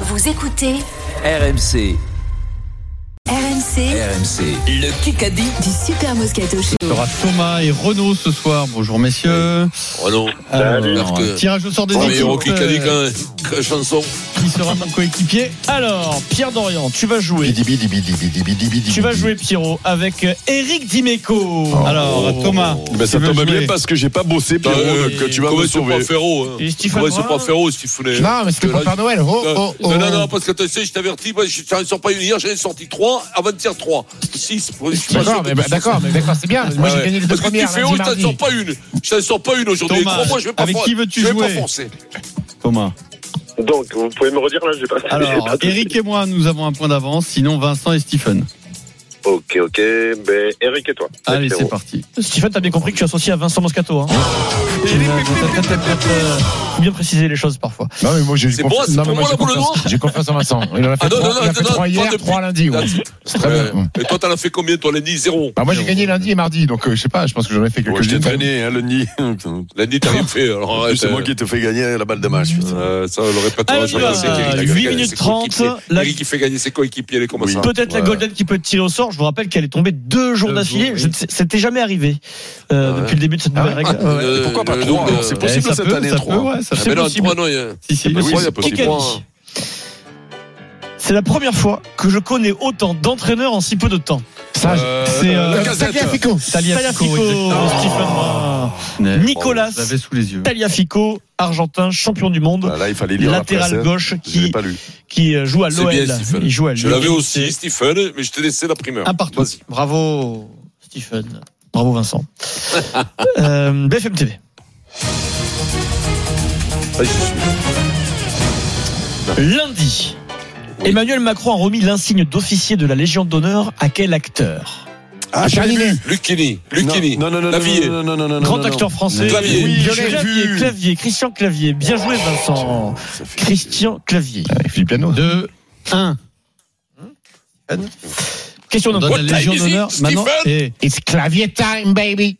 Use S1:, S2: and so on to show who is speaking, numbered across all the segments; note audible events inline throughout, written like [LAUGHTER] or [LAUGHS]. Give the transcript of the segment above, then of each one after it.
S1: Vous écoutez
S2: RMC,
S1: RMC
S2: RMC, le Kikadi.
S1: du Super Moscato Show.
S3: Il y aura Thomas et Renaud ce soir. Bonjour messieurs. Euh,
S4: Renaud,
S3: Alors,
S4: parce que
S3: tirage au sort des
S4: premier
S3: équipes,
S4: héros qui
S3: euh,
S4: calique hein. un- qu'un chanson.
S3: qui sera mon coéquipier. Alors, Pierre Dorian, tu vas jouer.
S5: Bidi, bidi, bidi, bidi, bidi, bidi,
S3: Tu vas
S5: bidi.
S3: jouer Pierrot avec euh, Eric Dimeco.
S4: Oh.
S3: Alors Thomas,
S4: Eh
S6: Ben, ça
S3: tu vas
S6: tombe
S3: jouer.
S6: bien parce que j'ai pas bossé, Pierrot,
S4: Euh,
S6: que tu vas
S4: comment
S6: me
S4: ils sont
S6: sauver.
S4: pas Ferro. Hein.
S3: Et Stephen
S4: Comment ils sont
S3: Brun.
S4: pas Ferro, Stéphane
S5: Non, mais c'était pour Père Noël. Oh, oh, oh.
S4: Non, non, non, parce que tu sais, je t'avertis, moi, je n'en sors pas une hier, j'en ai sorti 3, avant-hier 3, 6.
S5: D'accord, mais bah, d'accord, mais d'accord, c'est bien. Moi, j'ai gagné les deux
S4: Parce que tu
S5: premières.
S4: fais
S5: lundi,
S4: haut, je t'en
S5: mardi.
S4: sors pas une. Je t'en sors pas une aujourd'hui.
S3: Thomas,
S4: Crois-moi, je vais pas
S3: avec
S4: fon-
S3: qui veux-tu
S4: je vais pas
S3: jouer
S4: foncer.
S3: Thomas.
S7: Donc, vous pouvez me redire là, j'ai pas. [LAUGHS]
S4: Eh ben,
S7: j'ai
S3: Alors
S7: pas tout-
S3: Eric et moi, nous avons un point d'avance. Sinon Vincent et Stephen.
S7: Ok, ok. Ben, Eric et toi.
S3: Allez, c'est
S7: Pierrot.
S3: parti.
S8: Stéphane, t'as bien compris que tu es associé à Vincent Moscato. Hein. Faut bien préciser les choses parfois.
S5: Non, mais moi, j'ai
S4: C'est bon, c'est
S5: non, mais
S4: pour
S5: moi,
S4: moi,
S5: j'ai
S4: la boule
S5: confiance-
S4: noire
S5: J'ai confiance en Vincent. Il en a fait
S4: Ah, non,
S5: trois-
S4: non,
S5: il en a
S4: non,
S5: fait
S4: non,
S5: trois
S4: non,
S5: hier,
S4: pas depuis-
S5: trois lundi. ouais.
S4: Là, c'est-
S5: C'est très bien.
S4: Ouais. Et toi, t'en as fait combien, toi, lundi 0
S5: Bah, moi, j'ai gagné lundi et mardi, donc euh, je sais pas, je pense que j'en ai fait
S6: Ouais, je t'ai
S5: quelques-unes.
S6: traîné, hein, le [LAUGHS] nid. euh.
S4: Lundi, t'as rien fait, alors arrête.
S6: C'est moi qui te fais gagner la balle de match. putain.
S4: Euh, ça, le
S5: Ah,
S4: répertoire,
S8: Allez,
S4: je
S5: bah,
S4: pense,
S8: on y
S4: c'est
S8: va.
S4: Eric qui fait
S8: 8
S4: gagner
S8: minutes
S4: ses coéquipiers.
S8: 30, la-
S4: Eric qui fait gagner ses coéquipiers, les commensants.
S8: Peut-être la
S4: Ouais.
S8: Golden qui peut te tirer au sort. Je vous rappelle qu'elle est tombée deux jours
S3: Deux
S8: d'affilée.
S3: jours,
S8: Je
S3: oui.
S8: ne sais- C'était jamais arrivé euh,
S4: Ah ouais.
S8: depuis le début de cette nouvelle règle.
S4: [LAUGHS]
S3: Ouais.
S4: Le-
S6: Pourquoi pas
S4: le
S6: trois,
S4: double,
S6: alors, c'est
S4: euh,
S6: possible
S3: Eh, ça
S6: cette
S3: peut,
S6: année,
S3: ça
S6: trois.
S3: peut, ouais, ça
S4: Ah,
S3: c'est
S4: mais non,
S3: possible.
S4: trois, non, il y a-
S3: Si, si.
S6: Mais
S4: Trois,
S6: oui,
S4: il y a
S6: c'est possible.
S4: possible.
S8: Kikadi. C'est la première fois que je connais autant d'entraîneurs en si peu de temps.
S5: Ça,
S4: Euh,
S3: c'est, euh,
S5: euh,
S4: Lacazette.
S5: Tagliafico.
S3: Taliafico,
S8: Taliafico,
S3: exactement.
S8: Stephen Brun.
S3: Nel.
S8: Nicolas.
S3: Je l'avais sous les yeux.
S8: Taliafico, argentin, champion du monde,
S6: Bah, Là, il fallait lire la presse.
S8: latéral
S6: hein.
S8: gauche
S6: Je l'ai
S8: qui,
S6: pas lu.
S8: qui euh, joue à
S4: C'est
S8: l'OL.
S4: bien, Stephen.
S8: Il joue à
S4: Je
S8: l'OL.
S4: l'avais aussi, Stephen, mais je t'ai laissé la primeur.
S8: Un partout.
S4: Vas-y.
S8: Bravo, Stephen.
S4: [LAUGHS]
S8: Bravo, Vincent. euh, BFM TV. Lundi,
S4: Oui.
S8: Emmanuel Macron a remis l'insigne d'officier de la Légion d'honneur à quel acteur
S6: Ah, je l'ai lu.
S4: Lucchini, Lucchini.
S6: Non, non, non, non,
S4: Lavillier.
S6: non, non, non, non,
S8: Grand
S6: non, non.
S8: acteur français.
S4: Clavier.
S6: Oui, je l'ai
S8: Clavier,
S6: vu. Oh,
S8: Clavier, Christian Clavier. Bien joué, Vincent.
S6: Ça fait-
S8: Oh. Christian Clavier.
S5: Avec Philippe Piano.
S3: 2 1
S8: Question Eh,
S3: On donne
S8: d'entrée.
S3: la Légion
S4: time is it,
S3: d'honneur maintenant.
S4: Stephen
S3: Et
S5: It's clavier time, baby.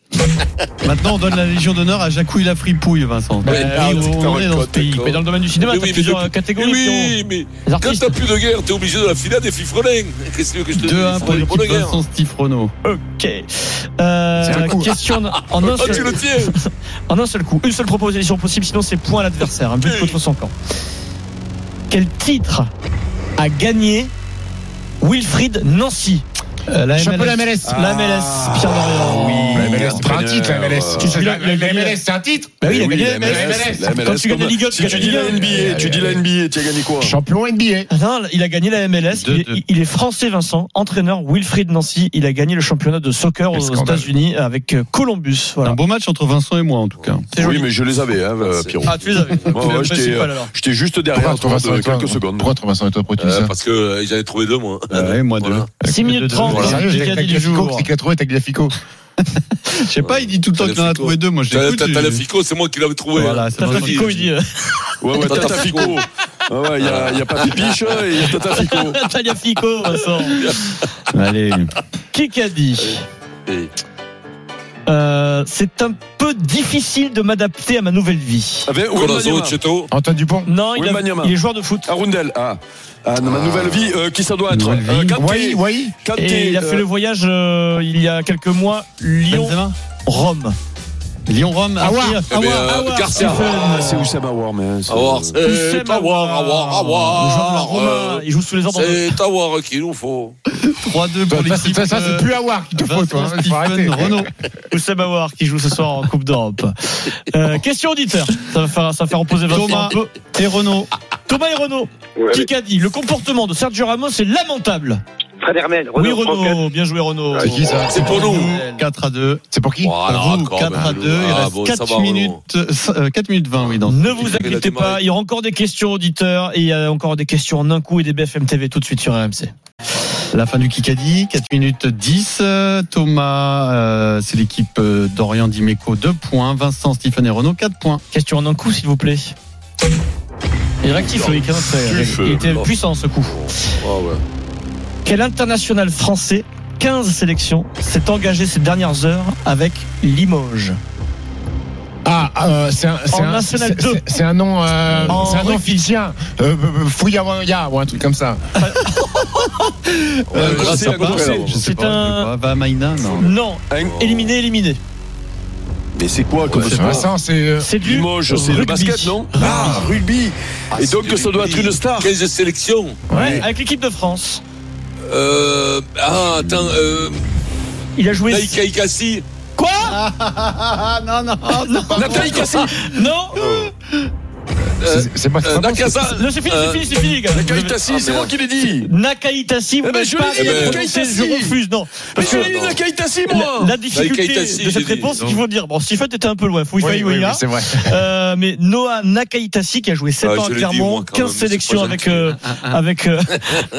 S3: maintenant on donne la Légion d'honneur à Jacouille la fripouille Vincent.
S4: Ouais,
S8: Eh
S3: Ah,
S4: oui,
S3: on- on est dans ce pays.
S8: Mais dans le domaine du cinéma,
S4: Mais
S8: t'as
S4: oui, mais
S8: plusieurs
S4: depuis-
S8: catégories. Pierrot.
S4: Oui, mais
S8: Les
S4: quand
S8: artistes.
S4: t'as plus de guerre, t'es obligé de la filer à des fifrelins. Qu'est-ce que tu veux que je te dise
S3: 2-1 pour
S4: Fifrelins,
S3: l'équipe
S4: pas de guerre.
S3: Vincent Steve Renault.
S8: Ok. Euh,
S5: coup.
S8: question en- en un,
S4: Oh, tu
S8: seul,
S4: le tiens
S8: en un seul coup. Une seule proposition possible, sinon c'est point à l'adversaire. Un but
S4: Oui.
S8: contre son camp. Quel titre a gagné Wilfried Nancy Euh, La
S5: Chapeau la MLS.
S8: La MLS, Pierre
S4: Ah
S8: Dorian.
S5: Ah, La MLS, c'est pas un
S6: entraîneur.
S5: titre, la MLS. Tu sais,
S8: Il
S5: La
S8: a- il a
S5: la
S8: gagné.
S5: MLS, c'est un titre.
S8: Bah oui, il a
S6: Eh oui,
S8: gagné
S6: la
S8: la MLS.
S6: MLS, la
S8: Quand tu
S6: MLS,
S8: gagnes la
S6: comme-
S8: Ligue 1, tu
S6: Si
S8: gagnes
S6: tu
S8: la
S6: dis
S8: Ligue
S6: la
S8: 1.
S6: NBA, tu dis la NBA, tu as gagné quoi
S5: Champion NBA.
S8: Ah Non, il a gagné la MLS.
S3: Deux,
S8: il, est,
S3: deux.
S8: il est français, Vincent, entraîneur Wilfried Nancy. Il a gagné le championnat de soccer
S5: Quel
S8: aux
S5: scandale.
S8: États-Unis avec euh, Columbus.
S3: Un
S8: Voilà.
S3: beau match entre Vincent et moi en tout cas.
S6: Oui, mais je les avais, hein, euh,
S4: C'est-
S6: Pierrot.
S8: Ah, tu les avais. Tu
S6: Ouais, ouais,
S8: les
S3: euh,
S6: j'étais,
S8: principales, alors.
S6: J'étais juste
S5: Pourquoi
S6: derrière
S5: entre
S6: toi
S5: Vincent
S6: de
S5: et toi
S6: quelques secondes.
S5: Pourquoi entre Vincent et toi, pourquoi tu dis
S4: Euh,
S5: ça
S4: Parce que euh, j'en ai trouvé deux, moi.
S3: Ouais, moi deux.
S4: Voilà.
S8: 6 minutes 30,
S4: Voilà.
S8: c'est
S5: Sérieux,
S8: le
S5: j'ai
S8: Kikadi du
S5: Tagliafico,
S8: jour.
S5: c'est qui l'a trouvé, Tagliafico.
S3: Je sais pas, il dit tout le temps qu'il en a trouvé deux. Moi j'ai
S4: T'as t'as- t'as la fico, c'est moi qui l'avais trouvé.
S3: Voilà, c'est
S8: T'as
S3: moi
S8: fait
S3: qui-
S8: quoi, il dit, euh,
S6: Ouais, ouais,
S4: Tata
S6: Tata
S4: Fico.
S6: Fico. Ouais, ouais, il y a, il y a Papi Piche euh, et il y a Tata Fico.
S8: Natalia Fico, Vincent.
S3: Allez.
S8: Qui qu'a dit
S4: Et-
S8: Euh, C'est un peu difficile de m'adapter à ma nouvelle vie.
S6: Avec
S4: Colazo,
S6: Wembanyama.
S4: Cheto.
S5: Antoine Dupont.
S8: Non, il,
S6: Oui,
S8: a-
S6: Wembanyama.
S8: il est joueur de foot.
S6: Arundel. Ah, ah non, ma nouvelle vie, euh, qui ça doit être
S3: Nouvelle
S6: Euh,
S3: vie.
S5: Wai,
S6: Kanté.
S5: Wai.
S8: Et
S6: Kanté.
S8: il a fait
S6: euh,
S8: le voyage euh, il y a quelques mois, Lyon-Rome.
S3: Benzema Lyon-Rome.
S8: Aouar.
S3: Arsenal.
S4: Eh ben,
S8: Aouar,
S4: euh,
S8: Aouar,
S4: Garcia.
S8: Stephen.
S6: Ah, c'est Oussam Aouar, mais. hein, c'est-
S4: Awar,
S8: Oussem
S4: c'est Awar, Awar,
S8: euh, Le joueur de la Roma,
S4: Awar. euh,
S8: il joue sous les ordres.
S4: C'est Awar qu'il nous faut.
S3: 3-2 pour
S5: Toi, toi, c'est-
S3: l'équipe.
S5: toi, Ça, c'est
S3: euh,
S5: plus Awar qui te faut, toi. hein,
S3: Vincent,
S5: Il faut arrêter.
S3: Stephen, Renault.
S8: Oussem Aouar qui joue ce soir en Coupe d'Europe. Euh, question auditeur. Ça va faire, ça va faire reposer Vincent
S3: Thomas.
S8: un peu.
S3: Et Renault.
S8: Thomas et Renaud.
S7: Ouais,
S8: Qui qu'a dit Le comportement de Sergio Ramos est lamentable.
S7: Fred Hermel,
S8: Oui,
S7: Renaud, Franquette.
S8: Renaud. Bien joué, Renaud.
S5: C'est qui, ça
S4: C'est pour nous.
S3: 4 à 2.
S5: C'est pour qui
S4: Voilà,
S3: Vous,
S4: encore,
S3: 4 à
S4: ben,
S3: 2. Il
S4: ah,
S3: reste
S4: bon, ça
S3: 4,
S4: va,
S3: minutes,
S4: Renaud.
S3: euh, euh, 4 minutes 20, oui. Dans.
S8: Ne vous
S4: Il a
S8: inquiétez
S4: démarré.
S8: pas, il y aura encore des questions auditeurs et il y a encore des questions en un coup et des BFM TV tout de suite sur RMC.
S3: La fin du Kikadi, 4 minutes 10. euh, Thomas, euh, c'est l'équipe euh, d'Orient Dimeco, 2 points. Vincent, Stephen et Renault, 4 points.
S8: Question en un coup, s'il vous plaît. Il est réactif, le week-end. Il était puissant ce coup.
S4: Ah ouais.
S8: Quel international français, 15 sélections, s'est engagé ces dernières heures avec Limoges
S5: Ah, euh, c'est un, c'est
S8: En
S5: un-
S8: National
S5: c'est-
S8: 2.
S5: c'est- C'est un nom, euh,
S8: En
S5: c'est un nom
S8: rugby.
S5: fidjien. Euh, euh, Fouyawaya ou un truc comme ça.
S6: Euh,
S3: grâce
S6: c'est
S3: à
S6: à
S3: quoi
S6: Godfrey, là,
S3: Je sais
S8: C'est
S3: pas.
S8: un-
S3: je sais pas. Vamaina,
S8: [LAUGHS]
S3: non.
S8: Non,
S6: Hein
S8: éliminé, éliminé.
S6: Mais c'est quoi comme
S5: Je sais pas,
S6: sport
S5: ça, c'est. euh,
S8: C'est du
S6: Limoges, c'est le
S8: rugby.
S6: basket, non Ah, rugby Et donc, ça doit être une star
S4: 15 sélections.
S8: Ouais, avec l'équipe de France.
S4: Euh, ah, attends, euh,
S8: Il a joué.
S4: Naïka Ikassi.
S8: Quoi
S3: Ah non, non.
S6: Nathalie Cassi
S8: Non
S5: c'est- C'est pas.
S6: Ah,
S5: c'est
S4: Euh,
S5: pas-
S4: Nakasa.
S8: Non, c'est fini,
S4: euh,
S8: c'est fini, c'est fini, les gars.
S6: Nathalie Cassi, c'est moi qui l'ai dit
S8: Nakaitasi, vous
S6: Eh ben,
S8: n'êtes
S6: je
S8: pas
S6: l'ai dit,
S8: bien
S4: Nakaï
S8: prononcé,
S6: Tassi.
S8: je refuse, non.
S6: Ah, Mais
S8: Parce
S6: je l'ai
S8: que
S6: dit, Nathalie Tassi, moi
S4: Oh
S8: la, la difficulté
S4: Nakaïtassi,
S8: de cette
S4: j'ai dit,
S8: réponse,
S4: non.
S8: ils vont dire, bon, Stephen était un peu loin,
S5: Oui,
S8: Fouifa
S5: oui, oui, c'est vrai.
S8: Euh, mais Noah Nakaitasi qui a joué 7
S4: Ah,
S8: ans
S4: je
S8: à
S4: l'ai dit,
S8: Clermont,
S4: moi, quand même,
S8: 15
S4: c'est pas
S8: sélections avec
S4: gentil.
S8: euh,
S4: [LAUGHS]
S8: avec euh,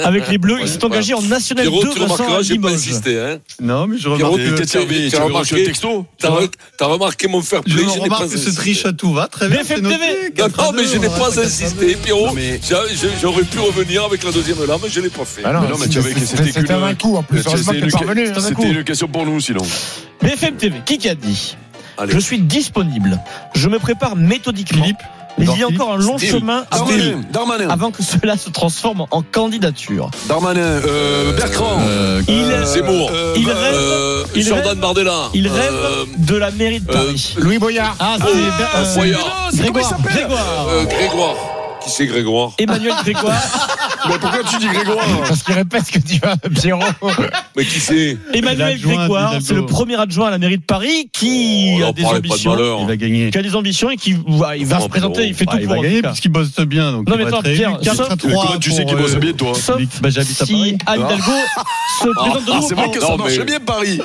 S8: avec les Bleus,
S4: Ouais,
S8: il s'est engagé en National 2
S4: Pierrot, tu
S8: Vincent à
S4: remarqueras, j'ai pas
S8: Limoges.
S4: insisté. Hein.
S3: [LAUGHS] Non, mais je
S6: Pierrot,
S3: remarque.
S6: t'es-
S3: que-
S6: t'es- t'es-
S4: t'as
S6: t'as reçu le
S4: remarqué-
S6: texto Hein
S4: T'as re- t'as remarqué mon fair
S3: Je
S4: play, je n'ai pas
S3: remarque que ce
S4: insisté.
S3: triche à tout va. Très bien. c'est
S8: BFM TV.
S3: noté,
S4: Non, non,
S3: 82,
S4: mais je n'ai
S3: on reste
S4: pas
S3: à
S4: insisté, Pierrot.
S6: Non, mais-
S4: J'a- je- J'aurais pu revenir avec la deuxième là, mais je ne l'ai pas fait.
S5: Ah
S6: Mais non, mais tu avais-
S5: c'était-
S6: c'était
S5: c'était
S6: qu'une-
S5: un coup en plus. Heureusement que t'es parvenu. hein.
S6: C'était une question pour nous, sinon.
S8: BFM TV, qui qui a dit
S4: Allez.
S8: Je suis disponible. Je me prépare méthodiquement.
S3: Philippe,
S8: mais il y a
S3: Dorothy,
S8: encore un long
S6: Ah, Steve,
S8: chemin à
S6: Darmanin,
S8: faire
S6: Darmanin,
S8: avant que cela se transforme en candidature.
S6: Darmanin, euh, Bertrand,
S3: Euh,
S8: Il,
S4: C'est bon.
S6: euh,
S8: il
S6: bah,
S8: rêve,
S4: Euh,
S8: il
S4: Jordan
S8: rêve-
S4: Bardella.
S8: il
S4: Euh,
S8: rêve de la mairie de
S4: euh,
S8: Paris.
S5: Louis Boyard.
S8: ah, c'est
S4: euh,
S8: euh,
S4: Boyard.
S8: Grégoire, Grégoire.
S4: Euh, Grégoire. Qui c'est Grégoire
S8: Emmanuel Grégoire,
S6: Mais pourquoi tu dis Grégoire
S5: Parce qu'il répète ce que dit euh, Pierrot.
S4: Mais qui c'est
S8: Emmanuel
S3: L'adjoint
S8: Grégoire,
S3: d'Hidalgo.
S8: c'est le premier adjoint à la mairie de Paris qui
S4: On
S8: a
S4: en
S8: des
S4: parlait pas de
S8: ambitions.
S4: malheur.
S3: Il a gagné.
S8: qui a des ambitions et qui ouais, il va
S4: Oh,
S8: se présenter,
S4: bon,
S8: il fait
S3: Bah,
S8: tout
S3: il
S8: pour
S3: va
S8: en
S3: gagner
S8: tout cas.
S3: puisqu'il bosse bien. Donc
S8: Non,
S3: il
S8: mais
S3: va
S8: attends,
S3: être élu.
S8: Pierre,
S3: 4
S8: sauf-
S3: à 3.
S6: Comment tu sais qu'il
S3: euh,
S6: bosse bien, toi
S8: Sauf
S3: Nick, bah, j'habite à
S8: si
S3: Paris.
S8: Anne Hidalgo se présente de
S6: Ah,
S8: nouveau.
S6: c'est vrai que
S4: Non,
S6: ça
S4: mais-
S6: marche bien Paris.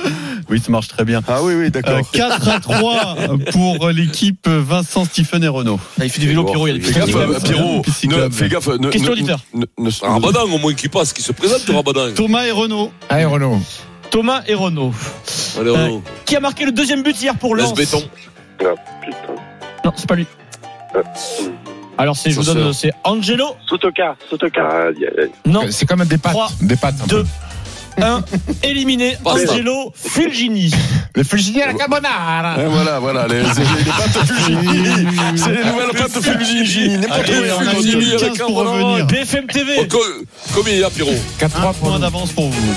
S3: Oui, ça marche très bien.
S8: [LAUGHS]
S6: Ah oui, oui,
S3: Euh,
S6: d'accord.
S3: 4 à 3 pour euh, l'équipe Vincent, Stephen et Renaud.
S8: Ah, il fait du vélo, Pierrot, il y a des petits
S6: Fais gaffe,
S8: cyclables.
S6: euh, Pierrot.
S3: Petit
S6: Ne,
S3: cyclable.
S6: fais gaffe. euh, Ne,
S8: Question
S6: ne-
S8: auditeur.
S6: ne- ne- ne-
S4: Rabadan, au moins, qui passe, qui se présente, Rabadan.
S3: Thomas et Renaud.
S5: Allez, Renaud.
S8: Thomas et Renaud.
S4: Allez, Renaud.
S8: Qui a marqué le deuxième but hier pour
S4: Laisse
S8: Lens
S4: béton.
S7: Putain.
S8: Non, c'est pas lui. Alors c'est je vous
S6: Sauceur.
S8: donne c'est Angelo
S7: Sotoka, Sotoka. Aïe, aïe, aïe.
S8: Non,
S5: C'est comme des
S8: Trois,
S5: pattes. Des pattes. un peu.
S8: 2 1 éliminé
S4: Basta.
S8: Angelo Fulgini.
S5: Le Fulgini à la carbonara.
S6: Eh, voilà, voilà, les, c'est les pâtes
S3: Ah,
S6: Fulgini. C'est les nouvelles
S4: Ah,
S6: pâtes Fulgini.
S8: Ah,
S6: N'importe
S3: Allez, on
S6: où.
S3: a
S6: Fulgini.
S3: mis 15
S4: avec un
S3: pour
S4: Renaud.
S3: revenir.
S8: BFM
S4: Oh,
S8: TV.
S4: co- Combien il y a, Pierrot
S5: 4-3
S3: Un
S5: pour
S3: point
S5: nous.
S3: d'avance pour vous.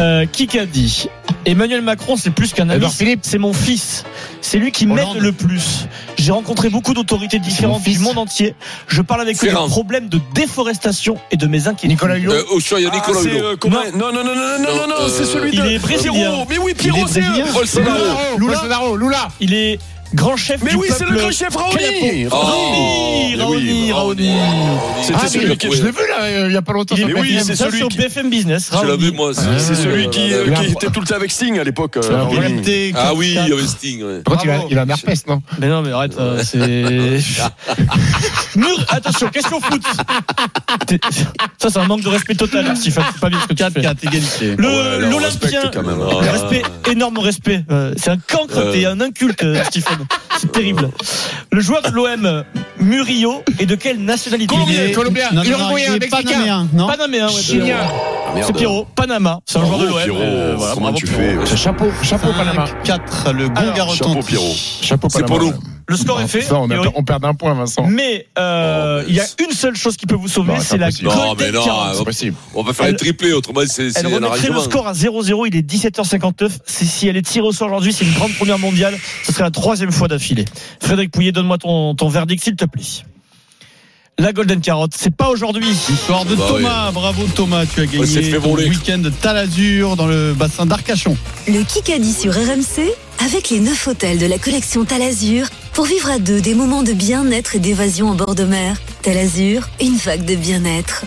S8: Euh, qui qu'a dit Emmanuel Macron, c'est plus qu'un ami.
S5: Edouard Philippe.
S8: C'est mon fils. C'est lui qui m'aide
S3: Hollande.
S8: le plus. J'ai rencontré beaucoup d'autorités différentes du
S5: fils.
S8: monde entier. Je parle avec eux des
S4: Ferrand.
S8: problèmes de déforestation et de mes inquiétudes.
S5: Nicolas Hulot.
S4: Euh, Au choix, il y a Nicolas
S6: Ah, c'est,
S4: Hulot.
S6: euh, comment- Non, non, non, non, non, non, non,
S4: Non,
S6: c'est
S4: euh,
S6: celui
S8: il
S6: de
S8: est brésilien.
S6: Pierrot. Mais oui, Pierrot, c'est
S8: brésilien.
S6: eux.
S4: Bolsonaro.
S5: Lula. Bolsonaro, Lula.
S8: Il est grand chef
S6: Mais
S8: du
S6: oui, c'est
S8: peuple.
S6: le grand chef Raoni.
S4: Oh.
S8: Raoni,
S6: Mais oui,
S8: Raoni, Raoni.
S6: C'était
S5: Ah,
S6: celui
S5: mais
S6: qui-
S5: je l'ai vu là, euh, il n'y a pas longtemps.
S8: Il
S5: sur
S8: est
S6: Mais oui,
S5: BFM.
S6: c'est
S8: ça
S6: celui
S8: sur
S6: qui-
S8: BFM Business.
S4: Je l'avais,
S8: Raoni.
S4: moi.
S5: Ah,
S6: C'est celui
S4: euh,
S6: qui,
S4: euh,
S6: euh, qui
S5: Raoni.
S6: était tout le temps avec Sting à l'époque. euh,
S5: Ah,
S6: Raoni.
S3: Égalité,
S4: Ah oui, il y
S3: 4-4.
S4: avait Sting, ouais.
S5: Par contre, il a-
S8: Bravo.
S5: il a un herpès, non
S8: Mais non, mais arrête, euh,
S5: [LAUGHS]
S8: c'est. Mur, attention, question foot. T'es- Ça, c'est un manque de respect total, là, Stephen. C'est pas bien ce que tu fais.
S3: 4-4, égalité.
S8: Le-
S6: Ouais, là, on
S8: L'Olympien,
S6: respecte quand même, Ah.
S4: hein.
S8: respect, énorme respect. Euh, C'est un cancre,
S4: Euh.
S8: t'es un inculte, euh, Stephen. C'est terrible. Le joueur de l'OM, Murillo, est de quelle nationalité
S5: Colombien.
S8: Il est
S5: Colombien,
S3: Non, mais non,
S5: Uruguayen,
S3: il est
S5: Mexicain.
S3: Panaméen, non
S8: Panaméen, ouais,
S5: Chilien.
S6: Ah,
S8: C'est
S6: merde.
S8: Pierrot, Panama. C'est un joueur de
S6: Bravo,
S8: l'OM.
S6: Oh, Pierrot.
S3: Euh, voilà,
S6: Comment
S3: bravo,
S6: tu
S3: Pierrot.
S6: fais
S5: Chapeau, chapeau, Panama.
S3: 5-4, le gong
S8: Alors,
S3: a
S6: Chapeau,
S3: retenti.
S6: Pierrot.
S5: Chapeau,
S4: C'est
S5: Panama.
S4: pour nous.
S8: Le score est fait.
S5: Ah, Ça, on, a-
S8: Théorie.
S5: on perd un point, Vincent.
S8: Mais euh,
S6: Oh, mais
S8: il y a une seule chose qui peut vous sauver,
S5: Non, c'est
S8: c'est la
S5: impossible.
S4: Non, mais
S8: Golden
S4: non,
S8: 40.
S5: C'est possible.
S4: On va faire
S8: Elle-
S4: un triplé, autrement, c'est c'est
S8: Elle
S4: un
S8: remettrait le
S4: arrangement.
S8: score à 0-0, il est 17h59. C'est si elle est tirée au sort aujourd'hui, c'est une grande première mondiale. Ce serait la troisième fois d'affilée. Frédéric Pouillet, donne-moi ton, ton verdict, s'il te plaît. La Golden Carotte, c'est pas aujourd'hui.
S3: Victoire de
S4: Bah
S3: Thomas, bravo Thomas, tu as gagné
S4: s'est fait
S3: ton
S4: voler.
S3: week-end Talazur dans le bassin d'Arcachon.
S1: Le Kikadi sur RMC avec les 9 hôtels de la collection Talazur pour vivre à deux des moments de bien-être et d'évasion en bord de mer. Talazur, une vague de bien-être.